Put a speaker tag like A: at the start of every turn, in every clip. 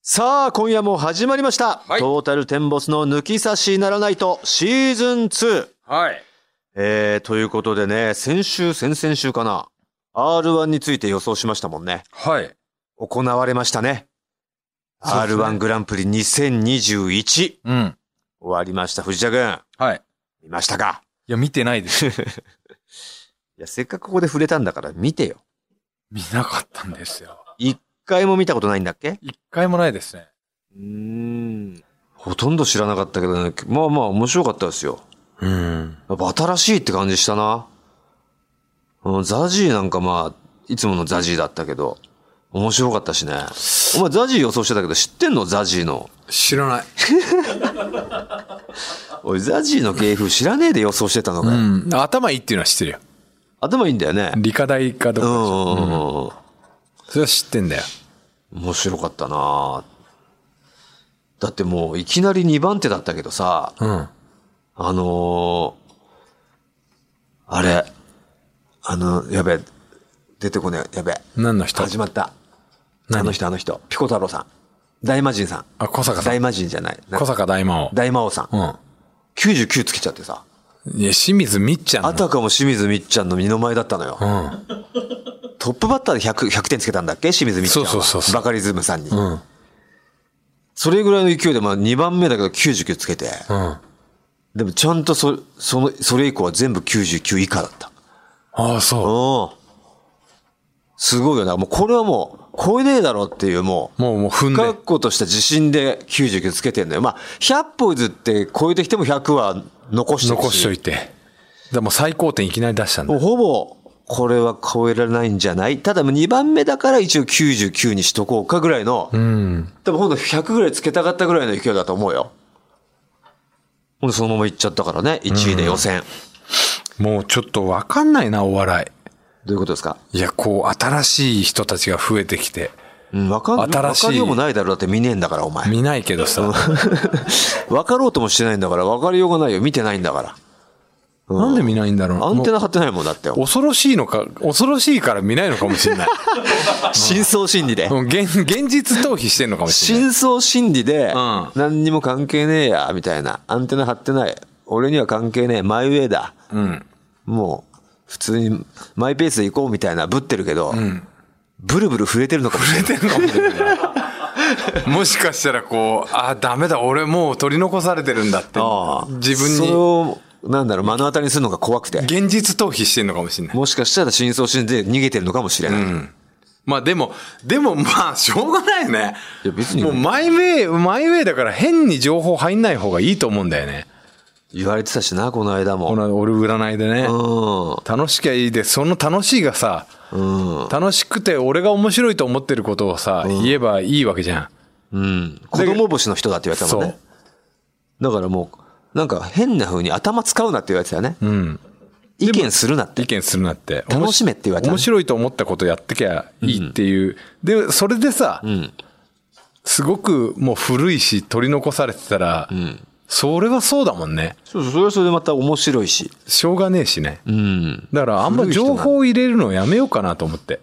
A: さあ、今夜も始まりました。
B: はい
A: トータルテンボスの抜き差しならないとシーズン2。
B: はい。
A: えー、ということでね、先週、先々週かな。R1 について予想しましたもんね。
B: はい。
A: 行われましたね。
B: そうですね
A: R1 グランプリ2021。終
B: うん。
A: わりました。藤田君、
B: はい。
A: 見ましたか
B: いや、見てないです。
A: いや、せっかくここで触れたんだから見てよ。
B: 見なかったんですよ。
A: 一回も見たことないんだっけ
B: 一回もないですね。
A: うーん。ほとんど知らなかったけどね。まあまあ面白かったですよ。
B: うん。
A: やっぱ新しいって感じしたな。うん、ザジーなんかまあ、いつものザジーだったけど、面白かったしね。お前ザジー予想してたけど知ってんのザジーの。
C: 知らない。
A: おい、ザジーの芸風知らねえで予想してたのかよ。
C: うん。頭いいっていうのは知ってるよ。
A: 頭いいんだよね。
C: 理科大かどう
A: う
C: か
A: んう
C: でしょ。
A: んうんうん。
C: それは知ってんだよ。
A: 面白かったなだってもういきなり2番手だったけどさ、
C: うん。
A: あのー、あれ、あの、やべえ、出てこねえ、やべえ。
C: 何の人
A: 始まった。あの人、あの人。ピコ太郎さん。大魔神さん。
C: あ、小坂さん。
A: 大魔神じゃない。な
C: 小坂大魔王。
A: 大魔王さん。99つけちゃってさ。
C: うん。いや、清水みっちゃんの。
A: あたかも清水みっちゃんの身の前だったのよ。トップバッターで100、100点つけたんだっけ清水みっちゃんは。
C: そうそうそうそう
A: バカリズムさんに。
C: うん。
A: それぐらいの勢いで、まあ2番目だけど99つけて。
C: うん。
A: でもちゃんとそ、その、それ以降は全部99以下だった。
C: ああ、そ
A: うん。すごいよな。もうこれはもう、超えねえだろっていうもう。
C: う。もう、もう踏んで。
A: 確固とした自信で99つけてんだよ。まあ、100歩譲って超えてきても100は残してる
C: 残しとい
A: て。
C: て。だからもう最高点いきなり出したん
A: もう
C: だ。
A: ほぼ、これは超えられないんじゃないただ2番目だから一応99にしとこうかぐらいの、
C: うん。
A: 多分ほんと100ぐらいつけたかったぐらいの勢いだと思うよ。ほんでそのまま行っちゃったからね。1位で予選。
C: もうちょっとわかんないな、お笑
A: どういうことですか
C: い。いや、こう、新しい人たちが増えてきて。
A: うん、わかん、わ
C: 新しい
A: かりようもないだろ。だって見ねえんだから、お前。
C: 見ないけどさ。
A: わかろうともしてないんだから、わかりようがないよ。見てないんだから。
C: なんで見ないんだろうな。
A: アンテ
C: も
A: ナ張ってないもんだって
C: う。恐ろしいのか、恐ろしいから見ないのかもし れない。
A: 真相心理で。
C: うん現現実逃避してんのかもしれな
A: 真
C: い。
A: 相心理で
C: ん、
A: 何にも関係ねえや、みたいな。アンテナ張ってない。俺には関係ねえ。マイウェイだ。
C: うん。
A: もう、普通にマイペースで行こうみたいな、ぶってるけど、ブルブル触れてるのかもしれない。
C: もしかしたらこう、ああ、ダメだ、俺もう取り残されてるんだって
A: ああ。
C: 自分
A: それ
C: に
A: を、なんだろう、目の当たりにするのが怖くて。
C: 現実逃避してんのかもしれない。
A: もしかしたら真相心理で逃げてるのかもしれない。
C: まあでも、でもまあ、しょうがないよね。
A: いや別に
C: もうマイウェイ、マイウェイだから変に情報入んない方がいいと思うんだよね。
A: 言われてたしな、この間
C: こ
A: も。
C: の俺占いでね。
A: う
C: 楽しきゃいいで、その楽しいがさ、
A: ん。うん。
C: 楽しくて俺が面白いと思ってることをさ、言えばいいわけじゃん。
A: うん。子供星の人だって言われたもんね。だからもう、なんか変な風に頭使うなって言われてたよね。
C: そう。うん。
A: 意見するなって。
C: 意見するなって。
A: 楽しめって言われたね
C: 面白いと思ったことやってきゃいいっていう。で、それでさ、
A: ん
C: すごくもう古いし取り残されてたら、それはそうだもんね。
A: そうそう、それはそれでまた面白いし。
C: しょうがねえしね。
A: うん。
C: だからあんま情報を入れるのやめようかなと思って。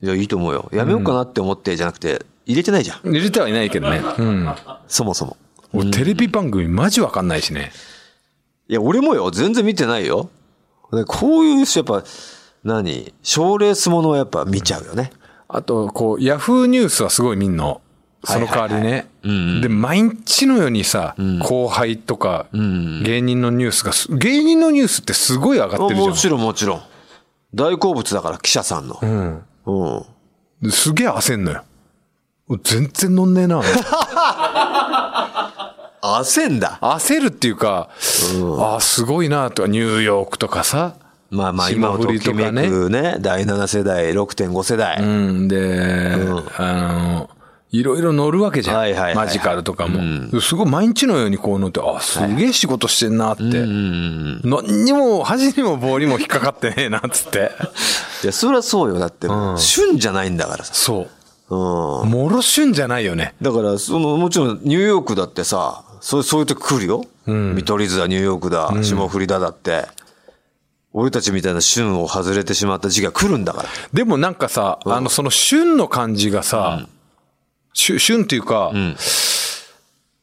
A: いや、いいと思うよ。やめようかなって思ってじゃなくて、入れてないじゃん。
C: 入れてはいないけどね。うん。
A: そもそも。
C: 俺テレビ番組マジわかんないしね。
A: いや、俺もよ、全然見てないよ。でこういう人、やっぱ、何賞レースものはやっぱ見ちゃうよね。
C: あと、こう、ヤフーニュースはすごい見んの。その代わりね。で、毎日のようにさ、後輩とか、芸人のニュースがす、芸人のニュースってすごい上がってるじゃ
A: も
C: ん
A: ちろん、もちろん。大好物だから、記者さんの。うん。うん。
C: で。すげえ焦んのよ。全然乗んね えな。
A: 焦んだ。
C: 焦るっていうか、ああ、すごいなとか、ニューヨークとかさ。
A: まあまあ、今
C: 霜
A: を
C: 降
A: と
C: り
A: き
C: とか
A: め
C: ね
A: くね、第7世代、6.5世代。
C: うん、で、あの、いろいろ乗るわけじゃん。
A: はいはいはいはい
C: マジカルとかも、すごい毎日のようにこう乗って、あ、すげえ仕事してんなって。何にも、箸にも棒にも引っかかってねえな、つって。
A: いや、そりゃそうよ。だって、旬じゃないんだからさ。
C: そ
A: うん。
C: う。もろしゅんじゃないよね。
A: だから、その、もちろん、ニューヨークだってさ、そうそういう時来るよ。見取り図だ、ニューヨークだ、霜降りだだって。俺たちみたいな旬を外れてしまった時期が来るんだから。
C: でもなんかさ、あの、その旬の感じがさ、し旬っていうか、
A: ん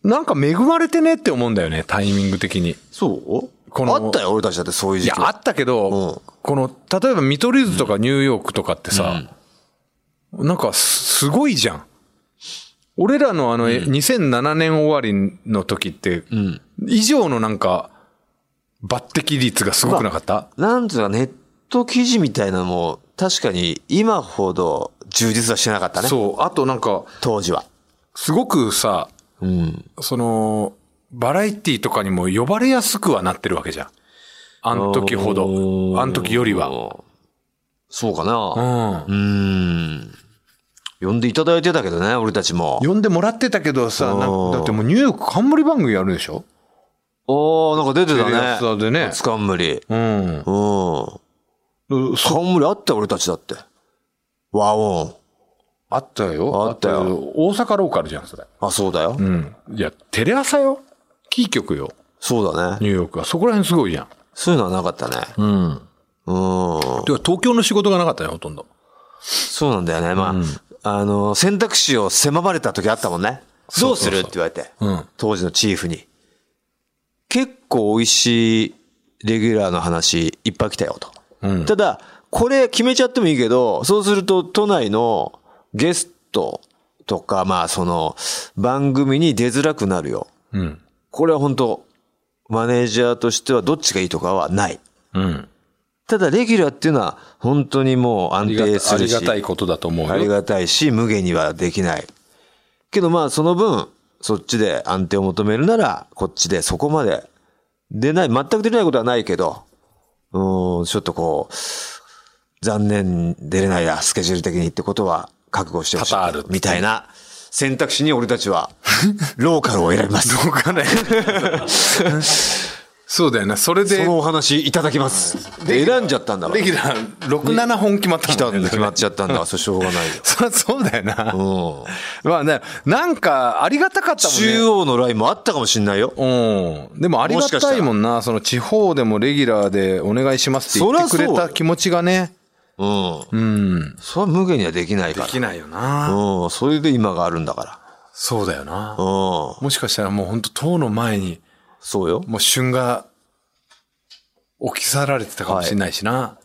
C: なんか恵まれてねって思うんだよね、タイミング的に。
A: そう
C: この
A: あったよ、俺たちだってそういう
C: い
A: 時期
C: や、あったけど、この、例えば見取り図とかニューヨークとかってさ、なんかすごいじゃん。俺らのあの、え2007年終わりの時って、以上のなんか、抜擢率がすごくなかった、
A: なんていうか、ネット記事みたいなのも、確かに今ほど充実はしてなかったね。
C: そう。あとなんか、
A: 当時は。
C: すごくさ、
A: うん。
C: その、バラエティとかにも呼ばれやすくはなってるわけじゃん。あの時ほど。あの時よりは。
A: は。そうか
C: う
A: な。
C: ん。
A: うん。呼んでいただいてたけどね、俺たちも。
C: 呼んでもらってたけどさ、なん
A: うん
C: だってもうニューヨーク冠番組やるでしょ
A: おー、なんか出て
C: テレ
A: た
C: 朝
A: ね。
C: でね
A: つかんむり。
C: うん。
A: うん。冠あったよ俺たちだって。和音。
C: あったよ。
A: あったよ
C: あ大阪ローカルじゃん、それ。
A: あ、そうだよ。
C: うん。いや、テレ朝よ。キー局よ。
A: そうだね。
C: ニューヨークは。そこら辺すごいじゃん。
A: そういうのはなかったね。
C: う
A: う
C: ん。
A: ん。
C: てか、東京の仕事がなかったね、ほとんど。
A: そうなんだよね。まあ、あの、選択肢を迫られた時あったもんね。どうするって言われて。
C: うん
A: 当時のチーフに。結構美味しいレギュラーの話いっぱい来たよと。
C: うん
A: ただ、これ決めちゃってもいいけど、そうすると都内のゲストとか、まあその番組に出づらくなるよ。
C: うん。
A: これは本当マネージャーとしてはどっちがいいとかはない。
C: うん。
A: ただ、レギュラーっていうのは、本当にもう安
C: ありが
A: 定す
C: たあ
A: る
C: り
A: し、
C: がたいことだと思うよ。
A: ありがたいし、無限にはできない。けどまあ、その分、そっちで安定を求めるなら、こっちでそこまで出ない、全く出れないことはないけど、うーん、ちょっとこう、残念出れないや、スケジュール的にってことは覚悟してほしい
C: 多々ある。
A: みたいな選択肢に俺たちは、 ローカルを選びます。ローカル
C: そうだよね。それ
A: そ
C: で、
A: のお話いただきます。で選んじゃったんだから。
C: レギュラー6、7本決まった
A: 来た
C: ん
A: ん
C: だ
A: で
C: よね
A: 決まっちゃったんだから、それしょうがないよ。
C: そりゃそうだよな。
A: うん。
C: まあね、なんか、ありがたかったもんね。
A: 中央のラインもあったかもしんないよ。
C: うん。でもありがたいもんな。その地方でもレギュラーでお願いしますって言ってくれ
A: そりゃそう
C: た
A: よ
C: 気持ちがね。
A: うん。
C: うん。
A: それは無限にはできないから。
C: ないよな。
A: うん。それで今があるんだか
C: そうだよな
A: ら。。うん。
C: もしかしたらもう本当党の前に、
A: そうよ。
C: もう旬が起き去られてたかもしれないしな。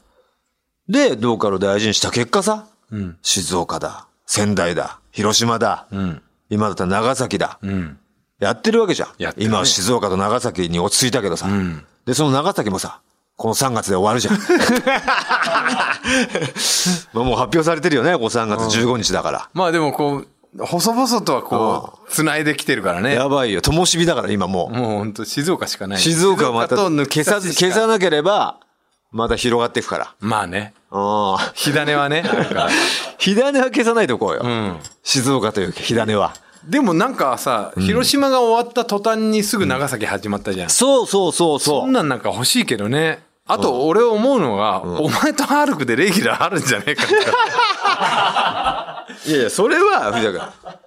A: で、ローカルを大事にした結果さ、
C: うん。
A: 静岡だ、仙台だ、広島だ、
C: うん。
A: 今だったら長崎だ、
C: うん。
A: やってるわけじゃん。
C: やってるね
A: 今は静岡と長崎に落ち着いたけどさ。で、その長崎もさ、この3月で終わるじゃん。 まあもう発表されてるよね、こう3月15日だから。
C: まあでもこう、細々とはこう、繋いできてるからね。
A: やばいよ。灯火だから今もう。
C: もう本当静岡しかない。
A: 静岡はまた
C: 静岡と抜き
A: 消さず、消さなければ、また広がっていくから。
C: まあね。
A: うん。
C: 火種はね、ある から。
A: 火種は消さないとこうよ。
C: うん。
A: 静岡という火種は。
C: でもなんかさ、広島が終わった途端にすぐ長崎始まったじゃん。
A: そうそうそう
C: そ
A: そ
C: ん
A: う。
C: なんなんか欲しいけどね。あと俺思うのが、お前とハルクでレギュラーあるんじゃねえかって。
A: いやいや、それは、藤田君。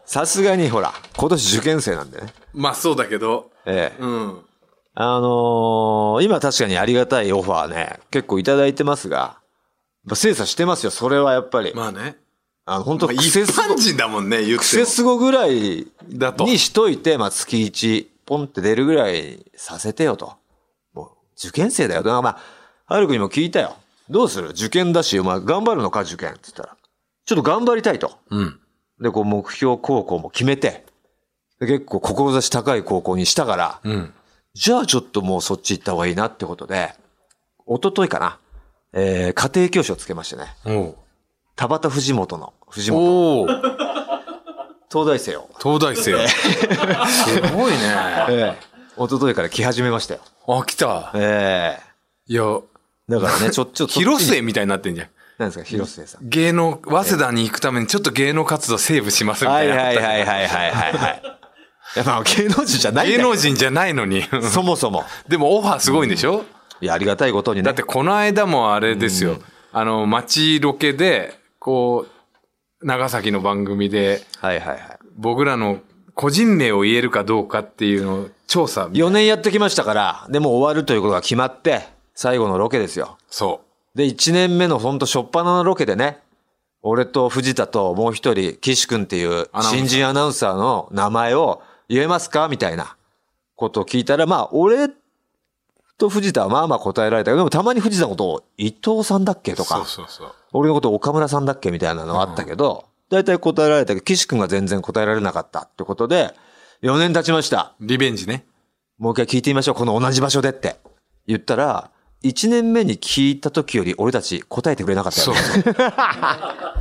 A: さすがにほら、今年受験生なんでね。
C: まあそうだけど。
A: ええ。
C: うん。
A: あのー今確かにありがたいオファーね、結構いただいてますが、やっぱ精査してますよ、それはやっぱり。
C: まあね。
A: あの、本当
C: まあ
A: ク
C: 一
A: セスゴ
C: 般、人だもんね、言っ
A: ク
C: ても
A: セ。スゴぐらい
C: だと
A: にしといて、まあ月1、ポンって出るぐらいにさせてよと。もう、受験生だよ。だからまあ、はるくにも聞いたよ。どうする受験だし、お前頑張るのか、受験って言ったら。ちょっと頑張りたいと。
C: うん。
A: で、こう、目標高校も決めて、で結構、志高い高校にしたから、
C: うん。
A: じゃあちょっともうそっち行った方がいいなってことで、一昨日かな、えー、家庭教師をつけましてね、
C: おう
A: 田畑藤本の、藤本、
C: おう
A: 東大生を、
C: 東大 生。すごいね。あ、
A: えー、一昨日から来始めましたよ。
C: 来た。
A: え
C: いや、
A: えだから ね、ちょ、ちょ、
C: 広
A: そっちに
C: 末みたいになってんじゃん。
A: なんですか、広末さん。
C: 芸能、早稲田に行くためにちょっと芸能活動セーブしますみ
A: は
C: たい
A: い
C: な。
A: はいはいはいはいはいはい。いや、ま あ、芸能人じゃないんだ
C: 芸
A: よ
C: 能人じゃないのに。
A: そもそも。
C: でもオファーすごいんでしょ、
A: いや、ありがたいことにね。
C: だってこの間もあれですよ。あの、街ロケで、こう、長崎の番組で、
A: はいはいはい。
C: 僕らの個人名を言えるかどうかっていうのを調査。
A: 4年やってきましたから、でもう終わるということが決まって、最後のロケですよ。
C: そ
A: で、1年目のほんと初っ端のロケでね、俺と藤田ともう一人、岸君っていう
C: アナウンサー
A: 新人アナウンサーの名前を言えますかみたいなことを聞いたら、まあ、俺と藤田はまあまあ答えられたけど、でもたまに藤田のことを伊藤さんだっけとか、
B: そうそうそう。
A: 俺のこと岡村さんだっけみたいなのはあったけど、大体答えられたけど、岸君が全然答えられなかったってことで、4年経ちました。
C: リベンジね。
A: もう一回聞いてみましょう。この同じ場所でって。言ったら、1年目に聞いた時より俺たち答えてくれなかったよ、
C: そう
A: ね。
C: そう。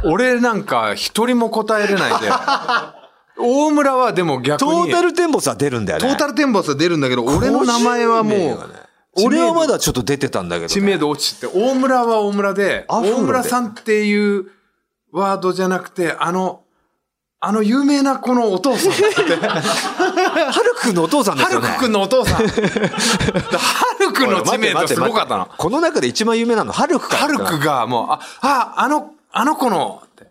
C: 俺なんか一人も答えれない で。大村はでも逆
A: ト
C: に。
A: ータルテンボスは出るんだよね。
C: トータルテンボスは出るんだけど、俺の名前はも
A: 個人名が
C: う
A: ね、俺はまだちょっと出てたんだけどね、
C: 知名度落ちて、大村は大村で、
A: アフロで
C: 大村さんっていうワードじゃなくて、あの、あの有名なこのお父さんって、
A: ハルくんのお父さんで
C: ハ
A: すよ
C: ル
A: ね。
C: ク君のお父さ ん。ハルクの知名度すごかったの。
A: この中で一番有名なの、ハルクか。
C: ハルク。がもう、あ、あ、あの、あの子の、って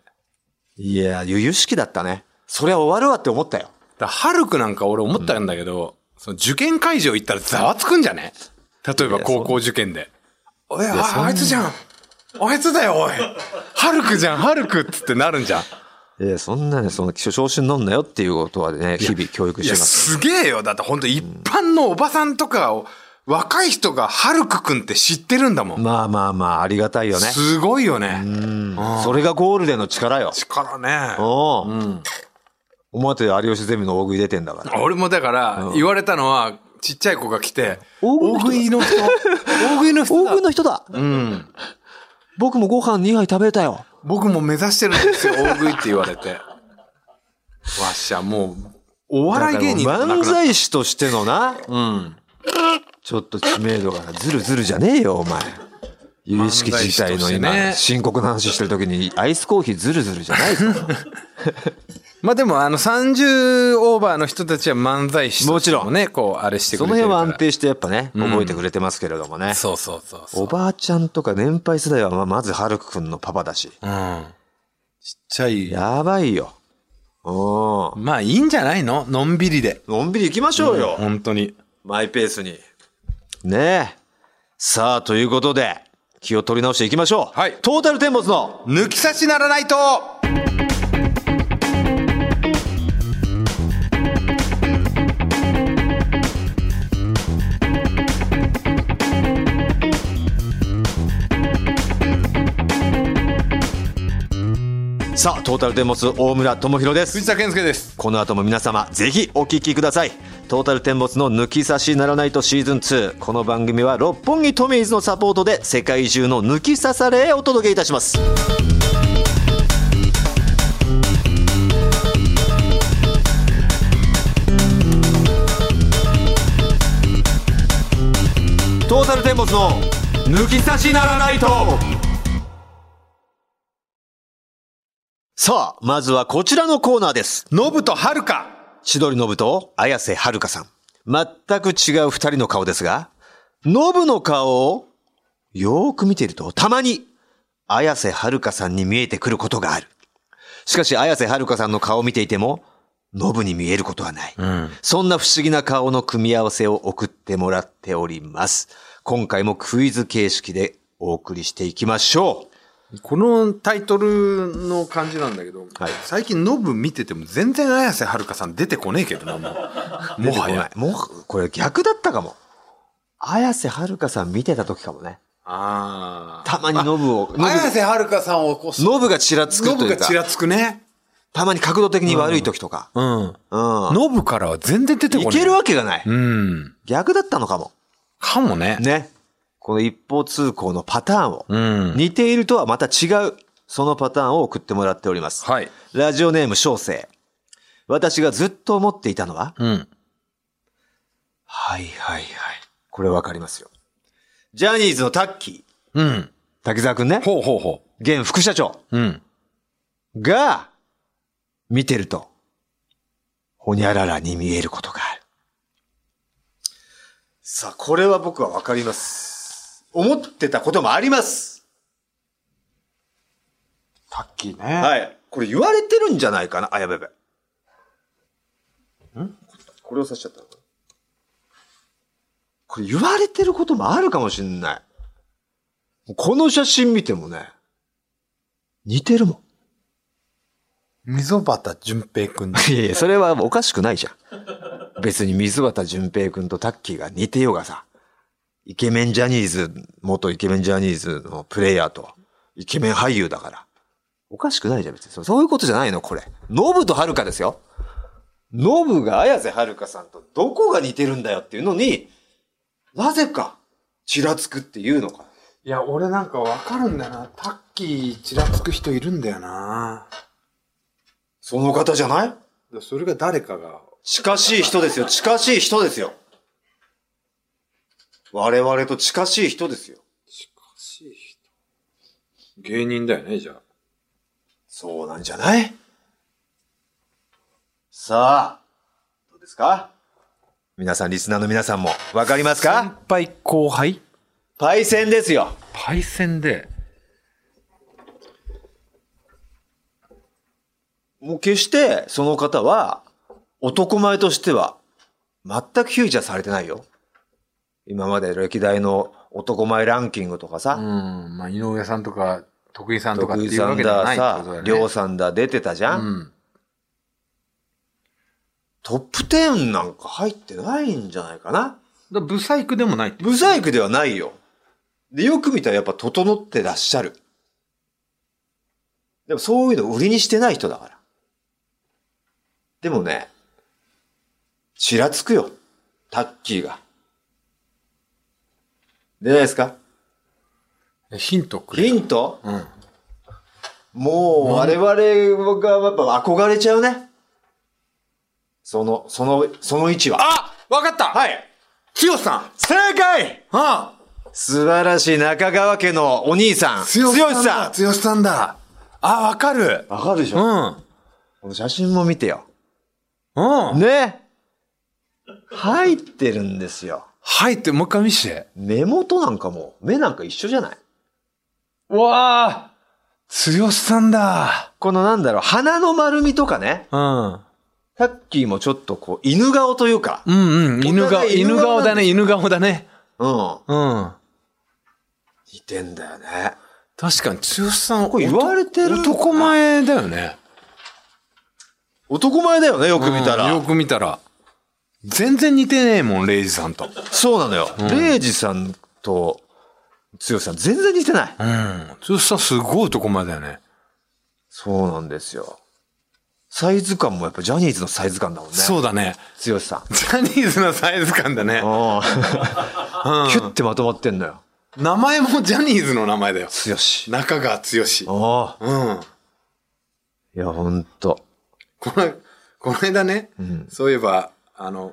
A: いやー、由々しきだったね。そりゃ終わるわって思ったよ。
C: だハルクなんか俺思ったんだけど、その受験会場行ったらざわつくんじゃね例えば高校受験で。おい、ああいつじゃんあいつだよ、おいハルクじゃん、ハルクっつってなるんじゃん。
A: いや、そんなね、その、昇進乗んなよっていうことはね、日々教育し
C: い
A: て
C: や、
A: ます。
C: すげえよ。だって本当一般のおばさんとかを、若い人がハルクくんって知ってるんだもん。
A: まあまあまあ、ありがたいよね。
C: すごいよね。
A: それがゴールデンの力よ。
C: 力ね。
A: おうお前って有吉ゼミの大食い出てんだから。
C: 俺もだから、言われたのは、ちっちゃい子が来て、
A: 大食
C: 大食いの人、大食いの人
A: 大
C: だ
A: 食いの人だ
C: うん。
A: 僕もご飯2杯食べたよ。
C: 僕も目指してるんで すよ、大食いって言われて。わっしゃ、もう、お笑い芸人
A: だからもう漫
C: っ
A: 才師としてのな、
C: たうん。
A: ちょっと知名度がなずるずるじゃねえよ、お前。有意識自体の
C: 漫才師として
A: 今、
C: ね
A: 深刻な話してる時に、アイスコーヒーずるずるじゃない ぞ。
C: まあでも、あの、30オーバーの人たちは漫才師
A: もちろん
C: としてね、こう、あれしてく
A: そ
C: れ
A: の
C: てる
A: 辺
C: から。
A: は安定してやっぱね、覚えてくれてますけれどもね。
C: そうそうそうそう。
A: おばあちゃんとか年配世代はまあまずハルク君のパパだし。
C: うん。ちっちゃい。
A: やばいよ。うん。
C: まあ、いいんじゃないののんびりで。
A: のんびり行きましょうよ。
C: 本当に。
A: マイペースに。ねえ。さあ、ということで、気を取り直していきましょう。
C: はい
A: トータルテンボスの、
C: 抜き差しならないと
A: さあ、トータルテンボス大村智弘です。
C: 藤田健介です。
A: この後も皆様ぜひお聞きくださいトータルテンボスの抜き差しならないとシーズン2この番組は六本木トミーズのサポートで世界中の抜き差されへお届けいたしますトータルテンボスの抜き差しならないとさあ、まずはこちらのコーナーです。
C: ノブとはるか
A: 千鳥ノブと綾瀬はるかさん。全く違う二人の顔ですが、ノブの顔をよーく見ていると、たまに綾瀬はるかさんに見えてくることがある。しかし綾瀬はるかさんの顔を見ていても、ノブに見えることはない。そんな不思議な顔の組み合わせを送ってもらっております。今回もクイズ形式でお送りしていきましょう。
C: このタイトルの感じなんだけど、
A: はい
C: 最近ノブ見てても全然綾瀬はるかさん出てこねえけどな、 もう。も
A: 出て。
C: はや
A: こないもう、これ逆だったかも。綾瀬はるかさん見てた時かもね。
C: あ
A: たまにノブを、ノブ
C: あ。綾瀬はるかさんをこう、
A: ノブがちらつく
C: ノ
A: と
C: ブ
A: いう
C: が
A: か
C: ち、らつくね。
A: たまに角度的に悪い時とか。
C: うん。
A: うん。
C: ノブからは全然出てこ
A: い
C: ない。
A: けるわけがない。
C: うん。
A: 逆だったのかも。
C: かもね。
A: ね。この一方通行のパターンを、
C: うん。
A: 似ているとはまた違う、そのパターンを送ってもらっております。
C: はい。
A: ラジオネーム小生。私がずっと思っていたのは、
C: うん。
A: はいはいはい。これわかりますよ。ジャニーズのタッキー、
C: うん。
A: 滝沢くんね、
C: ほうほうほ
A: 現副社長
C: う。うん。
A: が、見てると、ほにゃららに見えることがある。さあ、これは僕はわかります。思ってたこともあります。
C: タッキーね。
A: はい。これ言われてるんじゃないかなあ、やべやべ。んこれを刺しちゃったのこれ言われてることもあるかもしんない。この写真見てもね、似てるもん。
C: 溝端淳平くん。
A: いやいや、それはおかしくないじゃん。別に水端淳平くんとタッキーが似てようがさ、イケメンジャニーズ、元イケメンジャニーズのプレイヤーと、イケメン俳優だから。おかしくないじゃん、別に。そうそういうことじゃないの、これ。ノブとはるかですよ。ノブが綾瀬はるかさんとどこが似てるんだよっていうのに、なぜか、ちらつくっていうのか。
C: いや、俺なんかわかるんだよな。タッキーちらつく人いるんだよな。
A: その方じゃない
C: それが誰かが。
A: 近しい人ですよ。近しい人ですよ。我々と近しい人ですよ。
C: 近しい人。芸人だよね、じゃあ。
A: そうなんじゃないさあ、どうですか皆さん、リスナーの皆さんも、わかりますか
B: 先輩後輩
A: パイセンですよ。
B: パイセンで。
A: もう決して、その方は、男前としては、全くフューチャーされてないよ。今まで歴代の男前ランキングとか
C: う
A: さ、
C: ん。まあ、井上さんとか、徳井さんとかって
A: 徳井
C: いう
A: さ
C: わ
A: ん
C: けじゃ
A: だ
C: ないってことだ
A: さ
C: よ、ね。
A: りょうさんだ出てたじゃん、
C: うん。
A: トップ10なんか入ってないんじゃないかな
C: だブサイクでもないって
A: ブサイクではないよ。で、よく見たらやっぱ整ってらっしゃる。でもそういうの売りにしてない人だから。でもね、ちらつくよ。タッキーが。でないですか
C: ヒントくれ。
A: ヒント
C: うん。
A: もう我々がやっぱ憧れちゃうね。その、その、その位置は。
C: あわかったい。
A: はい
C: 清さん。
A: 正解
C: あ
A: 素晴らしい中川家のお兄さん。
C: 強
A: 剛さん
C: 強さんだ。あ、わかる。
A: わかるでし
C: う
A: ょ、
C: ん。
A: この写真も見てよ。
C: うん。
A: ね入ってるんですよ。
C: はいって、もう一回見して。
A: 目元なんかも、目なんか一緒じゃない
C: わあ強さんだ。
A: このなんだろう、鼻の丸みとかね。
C: うん。
A: さっきもちょっとこう、犬顔というか。
C: うんうん。犬
A: お
C: 顔、
A: 互い
C: 犬
A: 犬
C: 顔
A: 顔
C: だ
A: なんで
C: ね、犬顔だね。
A: うん。
C: うん。
A: 似てんだよね。
C: 確かに、強さん、
A: これ言われてる
C: 男男前だよね。
A: 男前だよね、よく見たら。
C: うんよく見たら。全然似てねえもん、レイジさんと。
A: そうなのよ。レイジさんと、剛さん全然似てない。
C: うん。強さん、すごい男前だよね。
A: そうなんですよ。サイズ感もやっぱジャニーズのサイズ感だもんね。
C: そうだね。
A: 剛さん。
C: ジャニーズのサイズ感だね。
A: うん。キュッてまとまってんのよ。
C: 名前もジャニーズの名前だよ。
A: 剛。
C: 中川強し。
A: ああ。
C: うん。
A: いや、ほんと。
C: この、この間ね、そういえば、あの、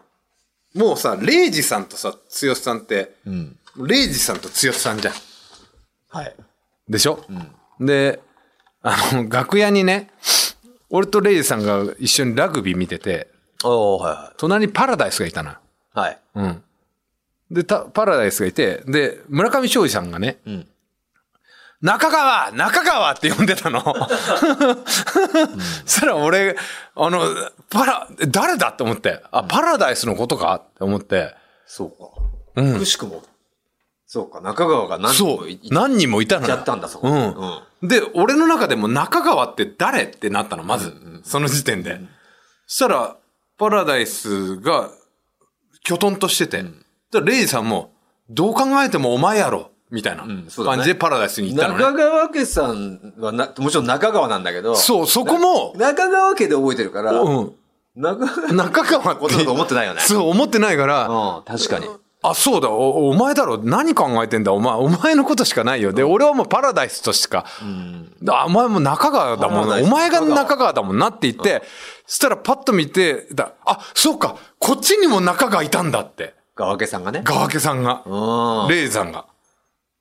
C: もうさ、レイジさんとさ、強さんって、
A: うん。
C: レイジさんと強さんじゃん。
A: はい。
C: でしょ、で、あの、楽屋にね、俺とレイジさんが一緒にラグビー見てて、
A: おおは
C: 隣にパラダイスがいたな。
A: いはい。はい。
C: うん。で、たパラダイスがいて、で、村上昌司さんがね、
A: ん
C: 中川中川って呼んでたの。そしたら俺、あの、パラ、誰だと思って、あ、パラダイスのことかって思って、
A: そうか。
C: うん
A: くしくも。そうか、中川が何
C: そ、
A: いう
C: 何人もいたのよ
A: やったんだ、そこ。
C: う
A: うん
C: ん。で、俺の中でも中川って誰ってなったの、まず。その時点で。そしたら、パラダイスが、きょとんとしてて。で、レイジさんも、どう考えてもお前やろ、みたいな
A: うんそうだね
C: 感じでパラダイスに行ったの
A: 中
C: ね。
A: 川家さんはな、もちろん中川なんだけど、
C: そう、そこも、
A: 中川家で覚えてるから、
C: う
A: 中川家
C: ん。中川
A: のこ
C: っ
A: と
C: て
A: だと、思ってないよね。
C: そう、思ってないから、
A: うん、確かに。
C: あ、そうだ、お、お前だろ、何考えてんだ、お前、お前のことしかないよ。で、俺はもうパラダイスとしか、
A: うん。
C: あお前も中川だも
A: パラダ
C: ん。
A: イ
C: お
A: ス
C: 前が中川だもんなって言って、そしたらパッと見て、だあ、そうか、こっちにも中川いたんだって。
A: 川家さんがね。
C: ガワケさんが
A: う、ん。
C: レイさんが。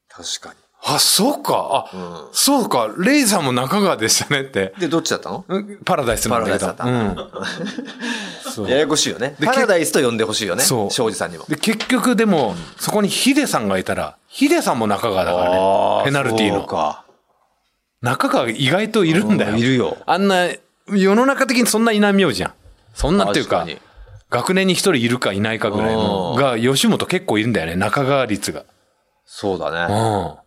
A: 確か
C: あ、そうか、
A: に。う
C: あ、
A: ん。
C: そうか、レイさんも中川でしたねって。
A: で、どっちだったの
C: うんパラダイスなんだけど。
A: パ
C: う
A: ラ
C: ん。そう
A: ややこしいよね。
C: で
A: パラダイスと呼んでほしいよね。
C: そう
A: 庄司さんにも。
C: で、結局でも、そこにヒデさんがいたら、ヒデさんも中川だからね。ペナルティー
A: そう
C: の。
A: か。
C: 中川意外といるんだよ。
A: うんいるよ
C: あんな、世の中的にそんないない名字じゃん。そんなっていうか
A: 確に。
C: 学年に一人いるかいないかぐらいの、
A: うん
C: が、吉本結構いるんだよね、中川率が。
A: そうだ
C: う
A: ね。
C: ん。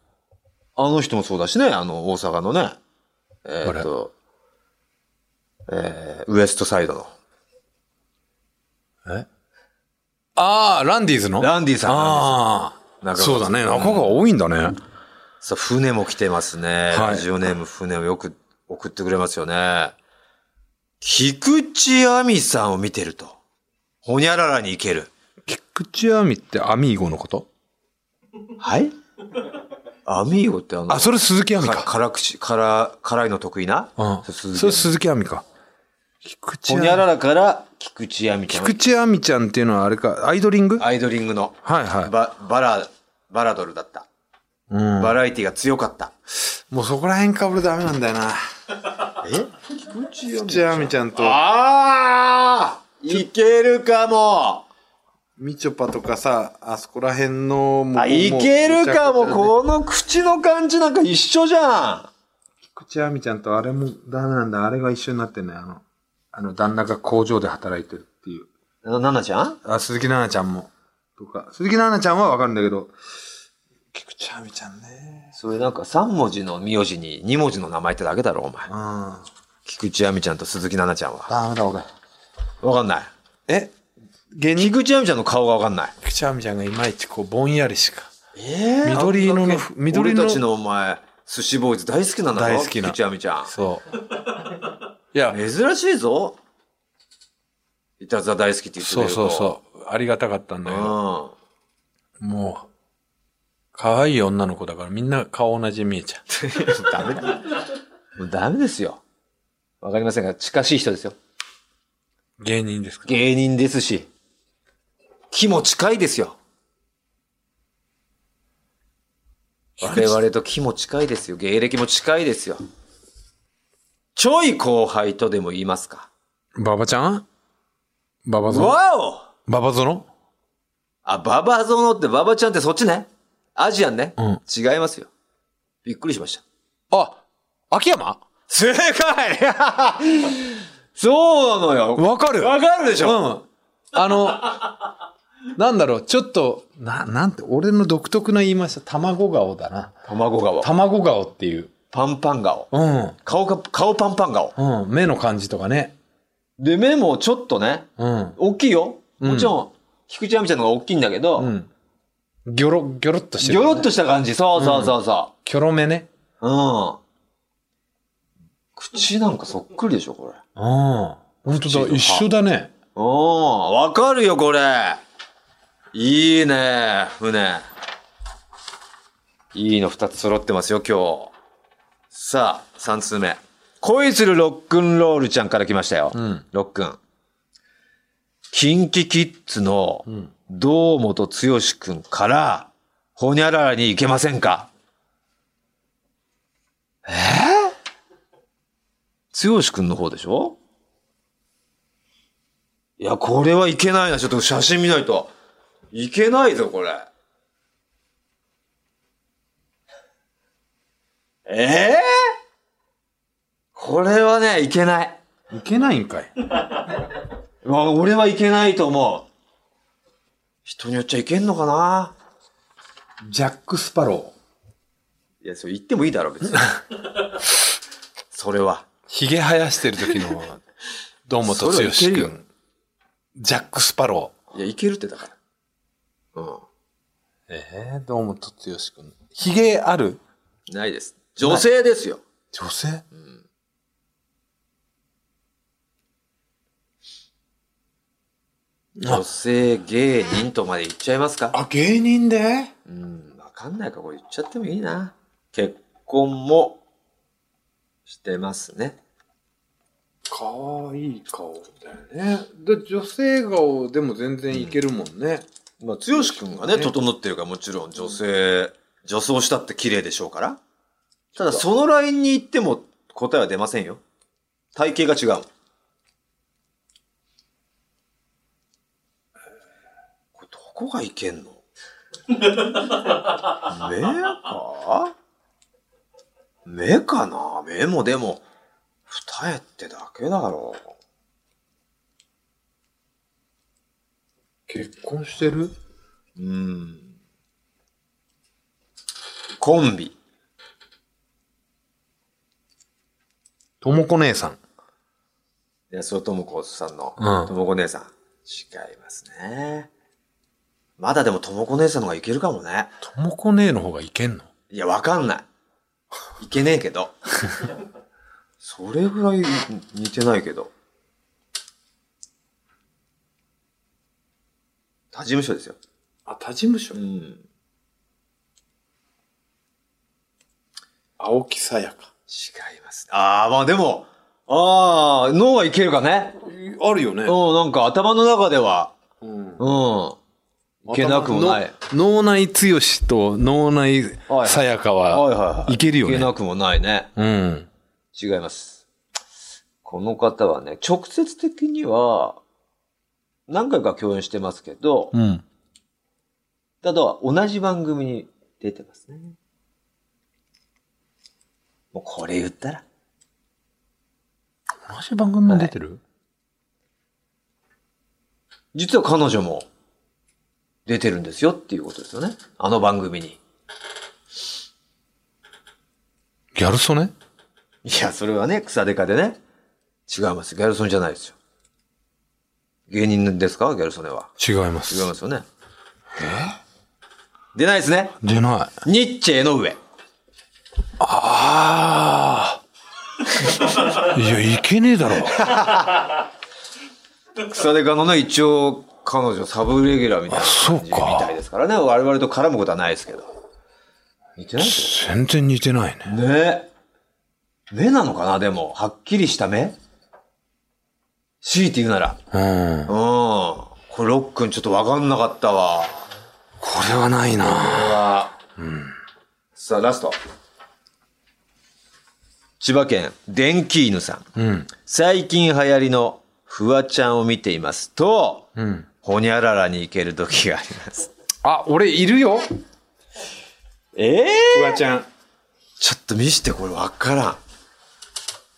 A: あの人もそうだしね、あの、大阪のね。えーっと、えーウエストサイドの。
C: ああ、ランディーズの
A: ランディさんなんで
C: あ
A: 中
C: あ、
A: 川さん
C: そうだね。中川多いんだね。
A: す。さあ、船も来てますね。
C: はい
A: ラジオネーム船をよく送ってくれますよね。菊池亜美さんを見てると、ほにゃららに行ける。
C: 菊池亜美ってアミーゴのこと
A: はいアミーゴってあの、
C: あ、それ鈴木亜美
A: か
C: か。
A: 辛口、辛、辛いの得意な
C: うん。
A: 鈴木
C: それ鈴木亜美か。菊池
A: ほ
C: 亜
A: にゃら
C: 美。
A: らから菊池亜美ちゃん
C: 菊。池亜美ちゃんっていうのはあれか、アイドリング
A: アイドリングの、
C: はいはい
A: ババラ、バラドルだった。
C: うん。
A: バラエティが強かった。
C: もうそこら辺か俺ダメなんだよ な。
A: え菊池亜
C: 菊池亜美ちゃんと、
A: ああいけるかも
C: みちょぱとかさ、あそこら辺の、も
A: あ、いけるかもこの口の感じなんか一緒じゃ
C: 菊池亜美ちゃんとあれもダメなんだ。あれが一緒になってんね。あの、あの、旦那が工場で働いてるっていう。
A: んな、ななちゃん
C: あ、鈴木奈々ちゃんも。とか。鈴木奈々ちゃんはわかるんだけど、菊池亜美ちゃんね。
A: それなんか3文字の名字に2文字の名前ってだけだろ、お前
C: うん。。ダ
A: 菊池亜美ちゃんと鈴木奈々ちゃんは。
C: メだ、俺。
A: わかんない。
C: え芸人
A: 菊池亜美ちゃんの顔がわかんない。
C: 菊池亜美ちゃんがいまいちこう、ぼんやりしか。
A: ええ
C: 緑色の緑の
A: 俺たちのお前、寿司ボーイズ大好きなんだろ
C: 大好きな
A: 菊池亜美ちゃん。
C: そう。いや、
A: 珍しいぞ。いたずら大好きって言ってく
C: そ
A: れ
C: う
A: ると。
C: そうそう。ありがたかったんだけど、
A: う。
C: もう、可愛い女の子だからみんな顔同じに見えちゃう。
A: うん。 ダメだ。もうダメですよ。わかりませんが、近しい人ですよ。
C: 芸人ですか
A: 芸人ですし、木も近いですよ。我々と木も近いですよ。芸歴も近いですよ。ちょい後輩とでも言いますか。
C: ババちゃんババゾノ
A: わお
C: ババゾノ
A: あ、ババゾノって、ババちゃんってそっちねアジアンね、
C: うん
A: 違いますよ。びっくりしました。
C: あ、秋山
A: 正解 そうなのよ。
C: わかる
A: わかるでしょ、
C: あの、なんだろう、ちょっと、な、なんて、俺の独特な言いました、卵顔だな。
A: 卵顔。
C: 卵顔っていう。
A: パンパン顔。
C: うん。
A: 顔が、顔パンパン顔。
C: うん。目の感じとかね。
A: で、目もちょっとね、
C: うん。
A: 大きいよ。
C: ん
A: もちろん、菊池亜美ちゃんの方が大きいんだけど、
C: うん。ギョロ、ギョロっとして
A: ギ
C: る、
A: ョロっとした感じ。そうそうそうそ
C: キョロ目ね。
A: う。うん。口なんかそっくりでしょ、これ。
C: うん。本当だ、一緒だね。
A: うん、わかるよ、これ。いいね、船。いいの二つ揃ってますよ、今日。さあ、三通目。恋するロックンロールちゃんから来ましたよ。
C: ん
A: ロックン。キンキキッズの、堂本剛くんから、ほにゃららに行けませんかえー、剛くんの方でしょいや、これはいけないな。ちょっと写真見ないと。いけないぞ、これ。ええこれはね、いけない。
C: いけないんかい。
A: うわ俺はいけないと思う。人によっちゃいけんのかな
C: ジャック・スパロー。
A: いや、それ言ってもいいだろ、別に。それは。
C: ひげ生やしてる時の、堂本剛
A: それ はいけるよ
C: 君。ジャック・スパロー。
A: いや、いけるってだから。うん。
C: えー、堂本剛君。ひげある
A: ないです。女性ですよ。
C: 女性
A: 女性芸人とまで言っちゃいますか
C: あ、芸人で
A: うん、わかんないか、これ言っちゃってもいいな。結婚もしてますね。
C: かわいい顔だよね。で、女性顔でも全然いけるもんね。
A: まあ、剛くんがね、整ってるからもちろん女性、女装したって綺麗でしょうから。ただ、そのラインに行っても答えは出ませんよ。体型が違う。これどこがいけ んの目か目かな目もでも、二重ってだけだろう。
C: 結婚してる
A: うんコンビ。
C: ともこ姉さん。
A: 安尾智子さんの、
C: うん
A: 智子姉さん。違いますね。まだでも智子姉さんの方がいけるかもね。
C: ともこ姉の方がいけんの
A: いや、わかんない。いけねえけど。 それぐらい似てないけど。他事務所ですよ。
B: あ、他事務所
A: うん。
B: 青木さやか。
A: 違います。ああ、まあでも、ああ、脳はいけるかね。
B: あるよね。
A: うん、なんか頭の中では、
B: うん。
A: うん、いけなくもない。
C: 脳内剛と脳内さやか
A: はいはい
C: は
A: はい。
C: いけるよ
A: いけ
C: ね。
A: なくもないね。
C: うん。
A: 違います。この方はね、直接的には、何回か共演してますけど、
C: うん。
A: ただ同じ番組に出てますね。もうこれ言ったら、
C: 同じ番組に出てる
A: 実は彼女も出てるんですよっていうことですよね。あの番組に。
C: ギャル曽根
A: いや、それはね、草デカでね。違います。ギャルソンじゃないですよ。芸人ですかギャルソネは。
C: 違います
A: 違い。ますよね。え出ないですね。
C: 出ない。
A: ニッチェ江上。
C: ああ。 いや、いけねえだろ。
A: 草デカのね、一応、彼女サブレギュラーみたいな感じ
C: あそうか
A: みたいですからね。我々と絡むことはないですけど。似てないですよ
C: 全然似てないね。
A: ね目なのかなでも、はっきりした目強いて言うなら。
C: う
A: う
C: ん
A: ん。。これロックンちょっとわかんなかったわ。
C: これはないな。
A: さあ、ラスト。千葉県、電気犬さん。
C: うん。
A: 最近流行りのフワちゃんを見ていますと、
C: うん。
A: ほにゃららに行ける時があります。
C: あ、俺いるよ。
A: ええ
B: フワちゃん。
A: ちょっと見して、これわからん。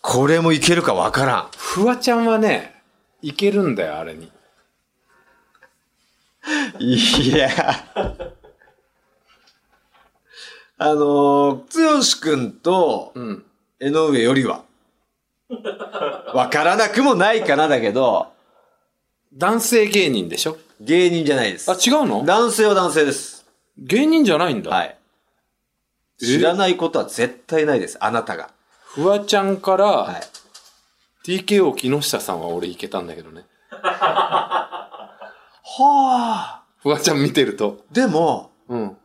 A: これもいけるかわからん。
C: フワちゃんはね、いけるんだよ、あれに。
A: いや。あのー、剛くんと
C: うん。
A: 江上よりは、わからなくもないかなだけど、
C: 男性芸人でしょ
A: 芸人じゃないです。
C: あ、違うの
A: 男性は男性です。
C: 芸人じゃないんだ。
A: はい。
C: え
A: 知らないことは絶対ないです。あなたが。
C: フワちゃんか
A: は
C: ら
A: い。
C: TKO 木下さんは俺いけたんだけどね。
A: はあ。
C: フワちゃん見てると。
A: でも、
C: うん。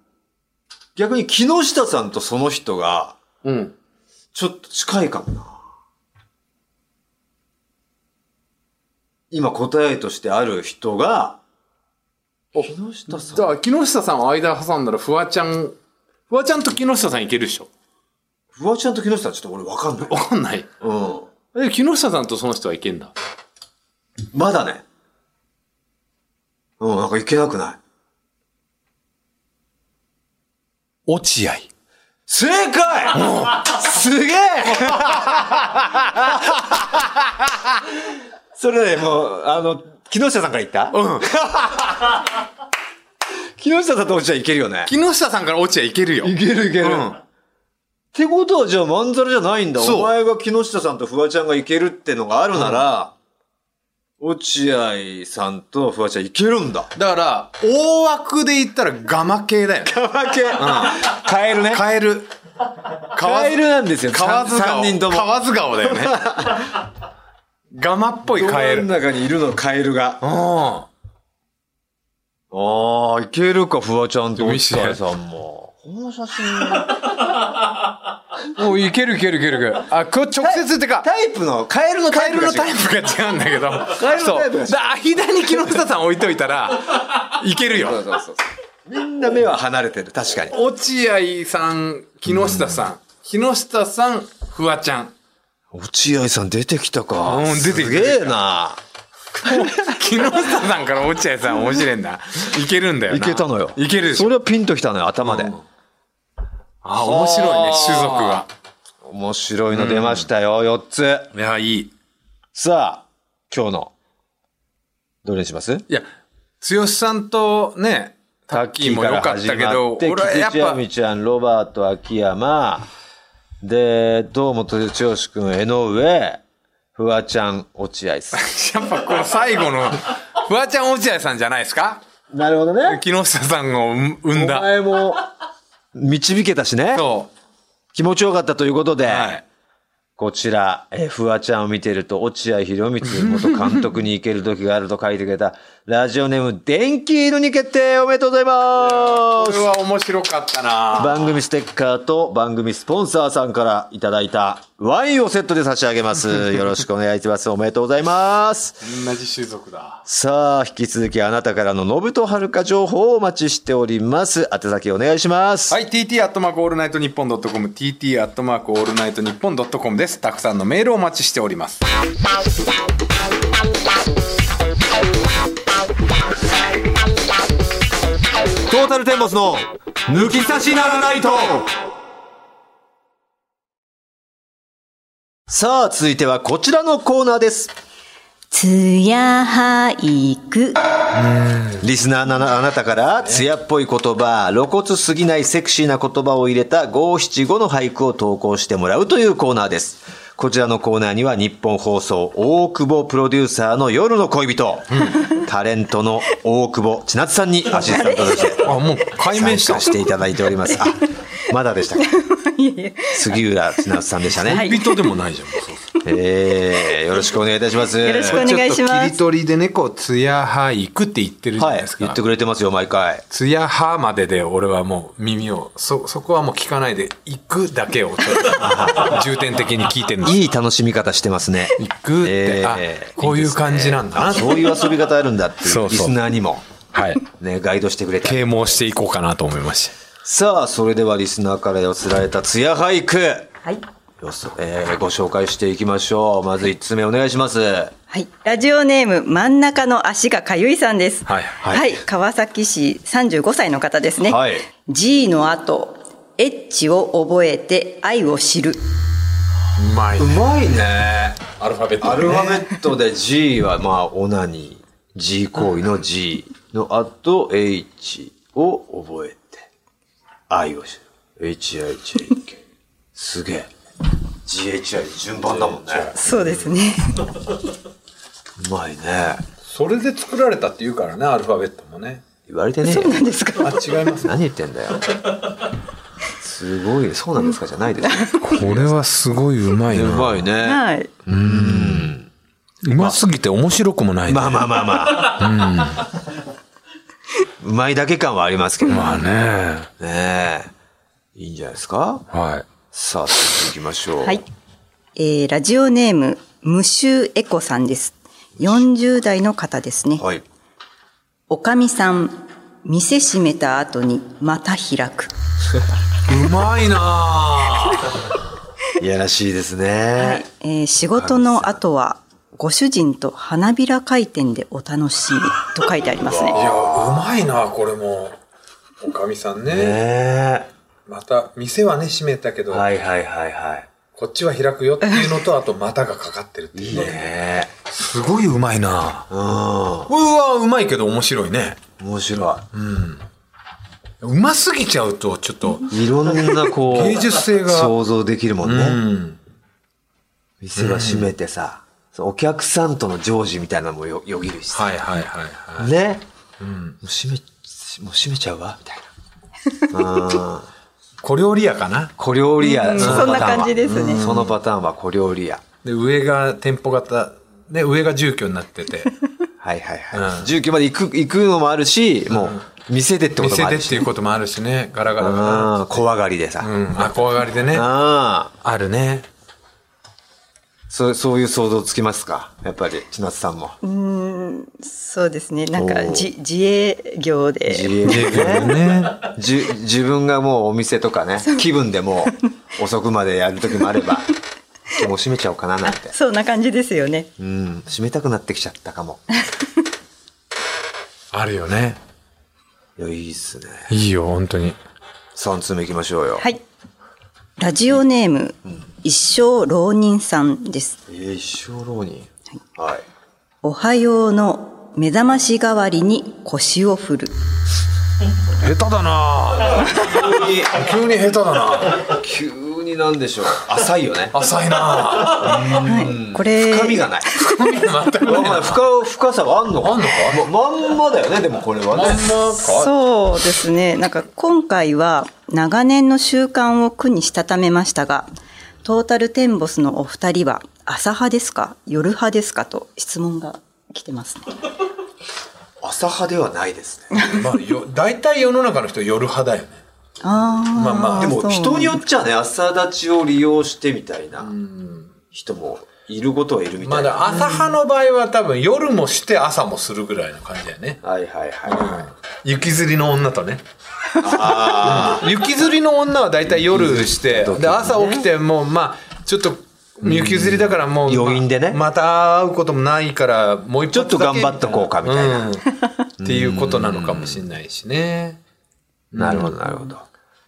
A: 逆に木下さんとその人が、
C: うん。
A: ちょっと近いかもな。今答えとしてある人が、
C: お
A: 木下さ
C: だ
A: ん。
C: から木下さんを間挟んだらフワちゃん、フワちゃんと木下さんいけるでしょ
A: フワちゃんと木下さんちょっと俺わかんない。
C: わかんない。
A: うん。
C: え、木下さんとその人はいけんだ。
A: まだね。うん、なんかいけなくない。
C: 落合。
A: 正解すげえそれね、もう、あの、木下さんから言った
C: うん。
A: 木下さんと落ちはいけるよね。
C: 木下さんから落合いけるよ。
A: けるいけ
C: うん
A: ってことはじゃあまんざらじゃないんだ。
C: そう
A: お前が木下さんとフワちゃんがいけるってのがあるなら、落合さんとフワちゃんいけるんだ。
C: だから、大枠で言ったらガマ系だよね。
A: 負け、変えるね。
C: カエル。
A: カエルなんですよ。
C: 河津
A: 三
C: 川。
A: 人とも。
C: 河津川だよね。ガマっぽいカエ
A: ど
C: ル。
A: 真ん
C: うん。
A: 中にいるの、カエルが。
C: あ
A: ああ、いけるか、フワちゃんと
C: 見せて
A: 落合さんも。この写真、
C: もういけるいけるいけるいける。あ、これ直接ってか。
A: タイプの、カエルの
C: カ
A: タ
C: エ
A: イプ
C: ル
A: が違う
C: のタイプが違うんだけど。
A: カエルのタイプが違う
C: そう。だ間に木下さん置いといたら、いけ
A: そ
C: る
A: う
C: よ。
A: そうそうそう。みんな目は離れてる、確かに。
C: 落合さん、木下さん。木下さん、フワちゃん。
A: 落合さん出てきたか。
C: うん出てきた
A: すげえな。
C: 木下さんから落合さん面白いんだ。いけるんだよな。
A: いけたのよ。
C: いけるでし
A: そ
C: ょ。
A: れはピンときたのよ、頭で。
C: あ、面白いね、種族が。
A: 面白いの出ましたよ、4つ。
C: いや、いい。
A: さあ、今日の、どれにします
C: いや、剛さんとね、 タッキーも良かったけど、
A: タッキ
C: 俺
A: ーか
C: は
A: ら始まっ、
C: やっ
A: 菊
C: て
A: 池亜
C: ぱ、
A: 美ちゃん、ロバート、秋山、で、堂本剛君、江上、フワちゃん、落合さん。
C: やっぱこの最後の、フワちゃん落合さんじゃないですか
A: なるほどね。
C: 木下さんを生ん
A: お
C: だ。
A: 前 も、導けたしね。
C: そ
A: 気持ちよかったということで、
C: う。はい。
A: こちら、えーフワちゃんを見てると、落合博満元監督に行ける時があると書いてくれた、ラジオネーム、電気犬に決定おめでとうございま
C: これ
A: す
C: は面白かったな
A: 番組ステッカーと番組スポンサーさんからいただいたワインをセットで差し上げます。 よろしくお願いします。おめでとうございます。
B: 同じ種族だ。
A: さあ、引き続きあなたからのノブとはるか情報をお待ちしております。宛先お願いします。
C: はい、tt アットマークオールナイトニッポンドットコム、tt アットマークオールナイトニッポンドットコムです。たくさんのメールをお待ちしております。
A: トータルテンボスの抜き差しならないとさあ、続いてはこちらのコーナーです。
D: つや俳句。
A: リスナーのあなたから、艶っぽい言葉、露骨すぎないセクシーな言葉を入れた五七五の俳句を投稿してもらうというコーナーです。こちらのコーナーには日本放送大久保プロデューサーの夜の恋人、タレントの大久保千夏さんにアシスタントとして
C: あ、もう解明
A: 参
C: した
A: 加。していただいております。あ、まだでしたか。杉浦千夏さんでしたね。
C: 恋人でもないじゃん。
A: えー、よろしくお願いいたします。
D: よろしくお願いし
C: ちょっと
D: ま
C: 切り
D: す。
C: 取りでね、こう、ツヤ派行くって言ってるじゃな
A: はいい
C: です、か。
A: 言ってくれてますよ、毎回。
C: ツヤ派までで俺はもう耳を、そ、そこはもう聞かないで、行くだけをちょっと重点的に聞いてるんです。
A: いい楽しみ方してますね。
C: 行くって、あ
A: え、ー
C: こういう感じなんだ
A: あ、。そういう遊び方あるんだってい
C: そうう
A: リ
C: そう
A: スナーにも、
C: はい。
A: ね、ガイドしてくれて。
C: 啓蒙していこうかなと思いまし
A: さあ、それではリスナーから寄せられたツヤ俳句、
D: はい。
A: よそえーご紹介していきましょう。まず1つ目お願いします。
D: はい、ラジオネーム真ん中の足がかゆいさんです。
C: はい
A: はい
D: 川崎市三十五歳の方ですね。
A: はい。
D: G の後、エッチを覚えて愛を知る。
C: た。うまいう
A: まいね。
C: アルファベット
A: ア
C: で
A: ル
C: ね
A: ファベットで G は、まあ、オナニー。G 行為の G の後、H を覚えて。I を知る。HIJK。すげえ。GHI 順番だもんね。
D: そうですね。
A: うまいね。
C: それで作られたって言うからね、アルファベットもね。
A: 言われてねえよ
D: そうなんですか。
C: あ、違います。
A: 何言ってんだよ。すごい、そうなんですかじゃないですよ。
C: これはすごいうまいうな。
A: まいね。
D: はい。
C: うますぎて面白くもないね。
A: まあまあまあまあ。うまいだけ感はありますけど。ね
C: まあね。
A: え。いいんじゃないですか
C: はい。
A: さあ、続いていきましょう。
D: はい。えー、ラジオネーム無臭エコさんです。四十代の方ですね。
A: はい。
D: おかみさん、店閉めた後にまた開く。
C: うまいなあ
A: いやらしいです
D: はい
A: ね。
D: えー仕事の後はご主人と花びら回転でお楽しみと書いてあります
C: い
D: ね。
C: や、うまいなあこれも。おかみさん
A: ね
C: ね。
A: え。
C: また、店はね、閉めたけど、
A: はいはいはいはい。
C: こっちは開くよっていうのと、あと、股がかかってるっていうね。
A: ねえ。
C: すごいうまいな
A: う
C: あ
A: ん。
C: うわ、うまいけど面白いね。
A: 面白
C: うますぎちゃうと、ちょっと、
A: い。いろんなこう、
C: 芸術性が
A: 想像できるもん
C: う
A: ね。
C: ん。
A: 店は閉めてさ、そうお客さんとの常時みたいなのもよよぎるしさ。
C: はいはいはいはい。
A: ね、もう閉め、もう閉めちゃうわ、みたいな。うん。
C: 小料理屋かな。
A: 小料理屋、
D: そんな感じですね
A: うんそのパターンは小料理屋。
C: で、上が店舗型、で、上が住居になってて、
A: はいはいは
C: う
A: い。
C: ん
A: 住居まで行く、行くのもあるし、もう、店でってこと
C: 店
A: もあ
C: で
A: る
C: って
A: し。
C: いうこともあるしね、ガラガ
A: う
C: ラガラ。
A: ん、怖がりでさ。
C: うん、あ、怖がりでね。
A: ああ、
C: あるね。
A: そう、そういう想像つきますかやっぱり、千夏さんも。
D: そうですね。なん
A: お
D: か
A: ー
D: じ自営業で。
A: 自営
C: でもね。
A: じゅ自分がもうお店とかね、気分でも う遅くまでやる時もあれば、もう閉めちゃおうかななんて。
D: そんな感じですよね。
A: うん、閉めたくなってきちゃったかも。
C: あるよね。
A: いや、いいっすね。
C: いいよ、本当に。
A: 3つ目行きましょうよ。
D: はい。ラジオネーム、一生浪人さんです。
A: えー、一生浪人。はい。
D: おはようの目覚まし代わりに腰を振る。
C: 下手だなぁ急に下手だなぁ
A: 急になんでしょう。浅いよね。
C: 浅いなあ
D: はい。これ、
A: 深みがない。
C: 全く
A: お前深深さがあんのか
C: あんのか
A: ままんまだよねでもこれはね
C: まんまか
D: そうですね。なんか今回は長年の習慣を苦にしたためましたが、トータルテンボスのお二人は朝派ですか夜派ですかと質問が来てますね。
A: 浅はではないですね
C: まあよ大体世の中の人夜派だよね
D: ああ。
C: まあまあ
A: で
C: で
A: も
D: そう
A: 人によっちゃね朝立ちを利用してみたいな人もいることはいるみた
C: ま
A: いな、
C: だ朝派の場合は多分夜もして朝もするぐらいの感じだよね
A: はいはいは
C: 雪吊りの女とね雪吊りの女は大体夜してで朝起きてもうまあちょっと雪吊りだからもう
A: うん余韻でね
C: ままた会うこともないからもう一
A: ちょっと頑張っと
C: と
A: こうかみたいな
C: っていうことなのかもしれないしね
A: いなるほどなるほど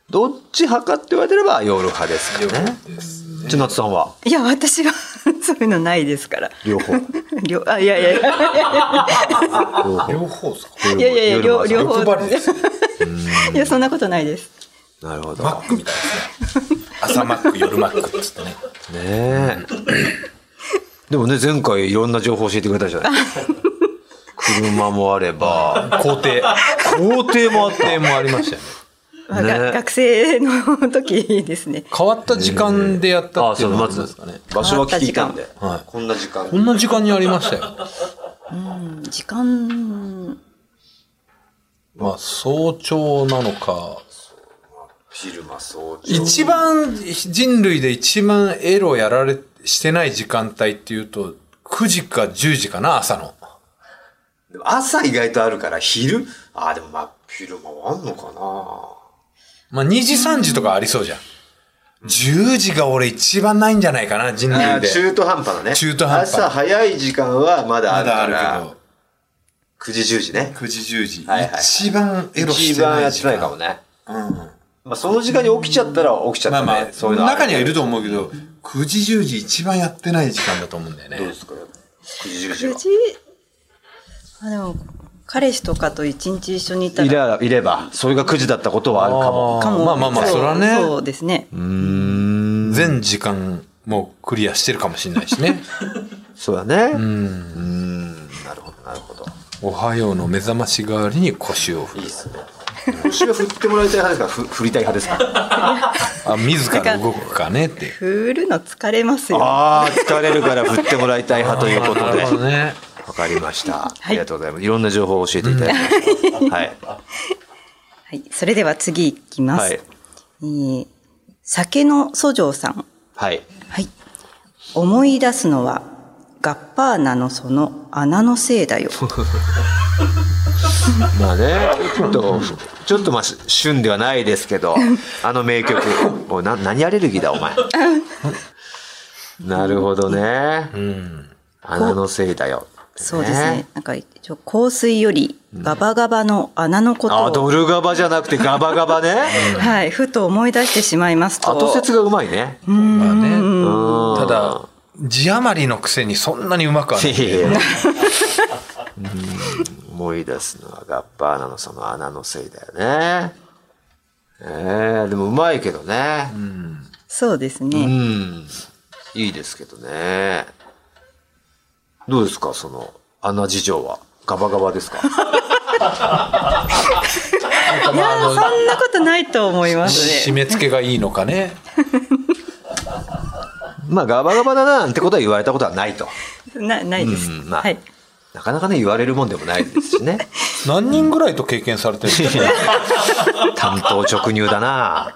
A: どっち派かって言われてれば夜派ですかね千夏さんはい
D: や、私は そういうのないですから。
A: 両方
D: 両あいやいやいや
C: 両方ですか
D: いやいやいや両両方
C: 欲張りですね
D: いやそんなことないです。
A: なるほど
C: マックみたいですね朝マック夜マックっつってね
A: ねえ。でもね、前回いろんな情報教えてくれたじゃない車もあれば、
C: 工程
A: 工程もあっ
C: 工程
A: て、
C: もありましたよね
D: まあが
A: ね
D: 学生の時ですね。
C: 変わった時間でやった
A: あ、
C: ってい
A: そうの、
C: の
A: ま
C: はあり
A: ず
C: ますかね、
A: 場所は聞いたんで、
C: 間はい
A: こんな時間。
C: こんな時間にありましたよ
D: うん時間
C: まあ早朝なのか
A: 昼間早朝。
C: 一番人類で一番エロやられしてない時間帯っていうと9時か10時かな朝の
A: でも朝意外とあるから、昼あ、でもまあ、昼間はあんのかな
C: まあ2時3時とかありそうじゃん10時が俺一番ないんじゃないかな人
A: あ
C: 類
A: ー
C: で
A: 中途半端だね。
C: 中途半端
A: 朝早い時間はまだあ
C: ま
A: るか
C: だある
A: ら、
C: けど
A: 9時10時ね。
C: 9時10時、
A: はいはい
C: 一番エロし
A: 一
C: てな
A: 番や
C: い
A: って
C: 時
A: な
C: 間
A: いかもね。
C: うん
A: まあ、その時間に起きちゃったら起きちゃっ
C: ま
A: た
C: あ
A: ね。
C: まあ
A: そういうのはあ
C: 中にはい
A: る
C: ると思うけど9時10時一番やってない時間だと思うんだよね
A: どうですか九時十時
D: うちあでも彼氏とかと一日一緒にいた
A: い
D: ら
A: れいれば、それが9時だったことはあるかも。
D: かも
C: まあまあまあ
D: う
C: それはね
D: そうですね。
C: 全時間もうクリアしてるかもしれないし ね
A: そうだね。うん。なるほど、なるほど。
C: おはようの目覚まし代わりに腰を振
A: いい
C: る
A: ですね。腰は振ってもらいたい派ですかふ振りたい派ですか
C: あ自ら動くかねって
D: 振るの疲れますよ。
A: ああ、疲れるから振ってもらいたい派ということで。わ
C: ね
A: かりました。ありがとうございます。いろんな情報を教えていただきました。はい。
D: はい、それでは次いきます。
A: はい
D: えー酒の訴状さん。
A: はい。
D: はい。思い出すのは、ガッパーナのその穴のせいだよ。
A: まあね、ちょっと、ちょっとまあ、し旬ではないですけ ど、あの名曲。おいな何アレルギーだ、お前。なるほどね。穴のせいだよ。
D: そうですね。。なんか、一応香水よりガバガバの穴のこと
A: あ、
D: を、
A: ドルガバじゃなくてガバガバね。
D: はい、ふと思い出してしまいますと。
A: 後説がうまいね。
C: まあね
A: うん
C: た、だ字余りのくせにそんなにうまくはない
A: いやいやうん思い出すのはガッパーナのその穴のせいだよね。ええでもうまいけどね。
D: そうですね。
A: うん。いいですけどね。どうですか、その、穴事情は。ガバガバです か
D: いやーそんなことないと思います
C: 締
D: ね。
C: め付けがいいのかね
A: まあ、ガバガバだなんてことは言われたことはないと。
D: なないです。
A: うんまあ
D: はい。
A: なかなかね、言われるもんでもないですし ね。
C: 何人ぐらいと経験されてるんですか
A: 担当直入だな。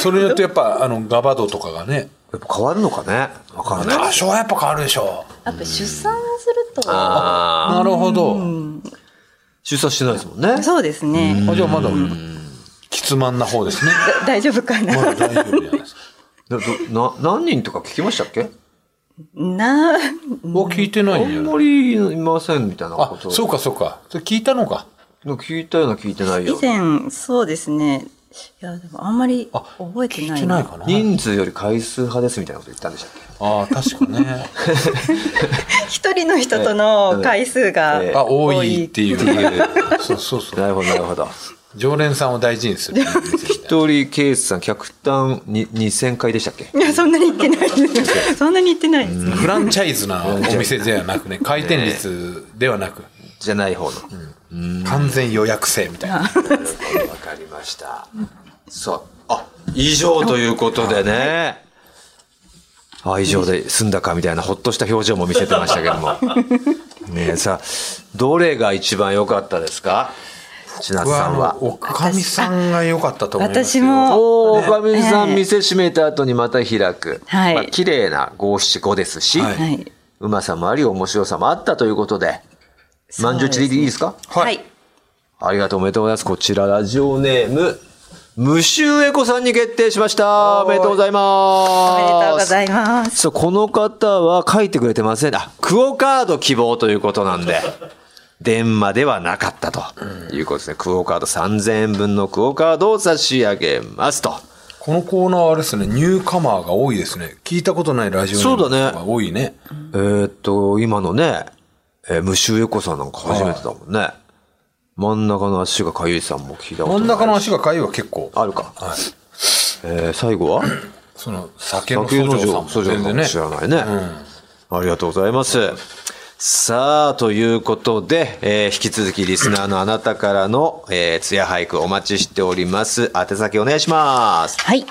C: それによってやっぱあのガバドとかが ね
A: やっぱ変わるのかねわからない。
C: 多少はやっぱ変わるでしょ
D: やっぱ出産をすると、
A: ああ。
C: なるほど
A: 出産してないですもんね。
D: そうですね。
C: あじゃあ まだきつまんな方ですね
D: だ 大丈夫か
C: ま
D: な
C: だ。大丈夫じゃないですか
A: などな何人とか聞きましたっけ
D: な、
C: 僕聞いてない
A: あ
C: んじゃ
A: ん
C: ない
A: まりいませんみたいな
C: あ
A: こ、と。
C: そうかそうか。それ聞いたのか。
A: 聞いたような聞いてない
D: 以
A: ような。
D: 前、そうですね。いや、でもあんまり
C: あ
D: 覚えて
C: 聞
D: ないい
C: てないかな。
A: 人数より回数派ですみたいなこと言ったんでしたっけ
C: ああ、確か ね。
D: 一人の人との回数が
A: ええ
C: あ、多いっていう。そうそうそう。
A: なるほど、なるほど。
C: 常連さんを大事にする。
A: 一人ケースさん、客単に2000回でしたっけ
D: いや、そんなに行ってないです。 そんなに行ってないです。
C: フランチャイズなお店ではなくね、回転率ではなく、
A: じゃない方の。
C: 完全予約制みたいな。
A: わかりました。そう。あ、以上ということでね。あ、以上で済んだかみたいなほっとした表情も見せてましたけども。ねえ、さあ、どれが一番良かったですか千夏さんは。
C: おかみさんが良かったと思います
D: 私
C: よ。
D: も、
A: おお、かみさん、
D: ええ
A: 店閉めた後にまた開く。
D: はい
A: まあ、綺麗な五七五ですし、
C: は
D: はい。
A: うまさもあり、面白さもあったということで、満場一致でいいですか
D: はい。
A: ありがとう、おめでとうございます。こちら、ラジオネーム、無臭エコさんに決定しました。おめでとうござい
D: お
A: ます。
D: めでとうございます。
A: そう、この方は書いてくれてません。あ、クオカード希望ということなん で、電話ではなかったということですね。クオカード3000円分のクオカードを差し上げますと。
C: このコーナーはあれですね、ニューカマーが多いですね。聞いたことないラジオネーム
A: そうだね
C: が多いね。
A: えーっと、今のね、えー、無臭エコさんなんか初めてだもんね。真ん中の足がかゆいさんも聞いたこと
C: 真
A: ない
C: ん中の足がかゆいは結構。
A: あるか。えー最後 は
C: その、酒の
A: 酒
C: 相
A: の
C: 乗さ
A: 嬢
C: んも
A: さん
C: 全然
A: も
C: ね。
A: 知らないね。ありがとうございます。さあ、ということで、えー引き続きリスナーのあなたからの、えー、ツヤ俳句お待ちしております。宛先お願いします。
D: はい。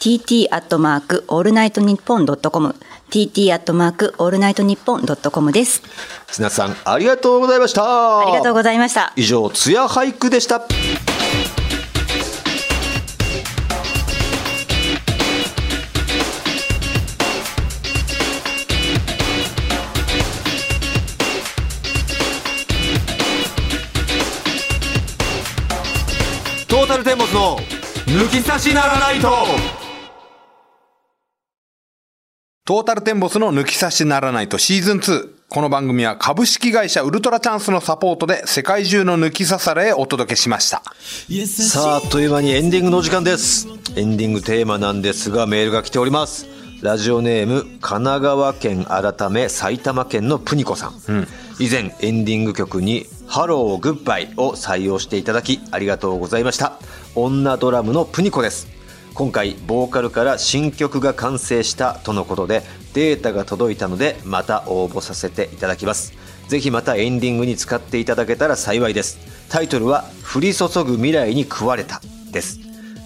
D: tt アットマークオールナイトニッポンドットコム tt アットマークオールナイトニッポンドットコムです。
A: 砂さん、ありがとうございました。
D: ありがとうございました。
A: 以上、ツヤ俳句でした。トータルテンボスの抜き差しならないと。
C: トータルテンボスの抜き差しならないとシーズン2。この番組は株式会社ウルトラチャンスのサポートで世界中の抜き差されへお届けしました。
A: さあ、あっという間にエンディングのお時間です。エンディングテーマなんですが、メールが来ております。ラジオネーム、神奈川県改め埼玉県のプニコさん。以前、エンディング曲に、ハローグッバイを採用していただき、ありがとうございました。女ドラムのプニコです。今回、ボーカルから新曲が完成したとのことで、データが届いたので、また応募させていただきます。ぜひまたエンディングに使っていただけたら幸いです。タイトルは「降り注ぐ未来に食われた」です。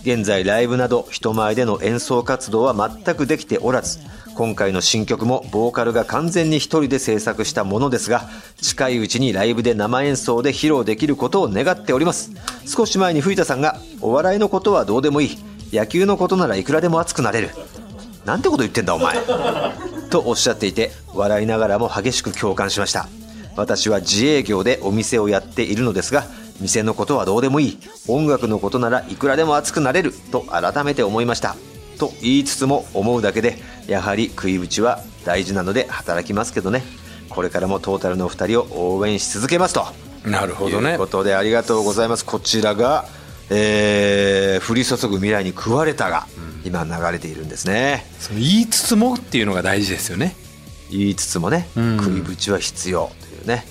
A: 現在ライブなど人前での演奏活動は全くできておらず、今回の新曲もボーカルが完全に一人で制作したものですが、近いうちにライブで生演奏で披露できることを願っております。少し前に藤田さんが、お笑いのことはどうでもいい。野球のことならいくらでも熱くなれる。なんてこと言ってんだお前。とおっしゃっていて笑いながらも激しく共感しました私は自営業でお店をやっているのですが店のことはどうでもいい音楽のことならいくらでも熱くなれると改めて思いましたと言いつつも思うだけでやはり食いぶちは大事なので働きますけどねこれからもトータルのお二人を応援し続けますと
C: なるほど
A: とい
C: ね
A: う。ことでありがとうございますこちらが、えー降り注ぐ未来に食われたが、今流れているんですね
C: その言いつつもっていうのが大事ですよね。
A: 言いつつもね、食いぶちは必要というね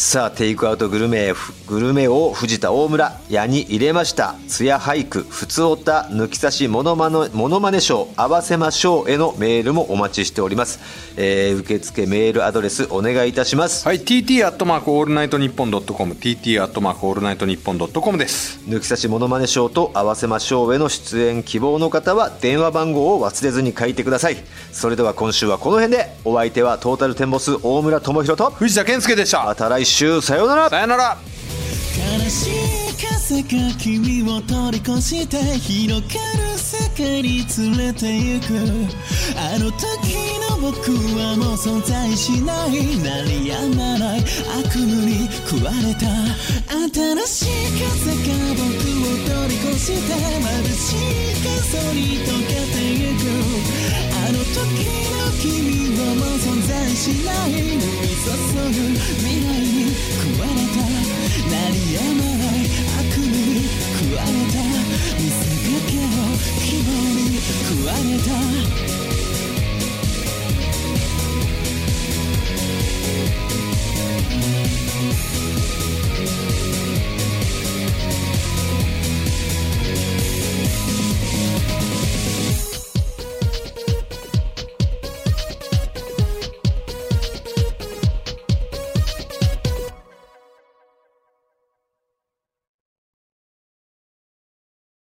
A: さあテイクアウトグルメふグルメを藤田大村矢に入れました「つや俳句ふつおた抜き差しものまねものまねショー合わせましょう」へのメールもお待ちしております、えー受付メールアドレスお願いいたします、
C: はい、tt アットマークオールナイトニッポンドットコム、tt アットマークオールナイトニッポンドットコムです。
A: 抜き差しものまねショーと合わせましょうへの出演希望の方は電話番号を忘れずに書いてくださいそれでは今週はこの辺でお相手はトータルテンボス大村智広と
C: 藤田健介でした
A: ま。た来週さようなら
C: さよなら。
E: 悲しい風が君を通り越して広がる世界に連れて行くあの時の僕はもう存在しない鳴りやまない悪夢に食われた新しい風が僕を通り越して眩しい風に溶けてゆくあの時の君はもう存在しない降り注ぐ未来に食われた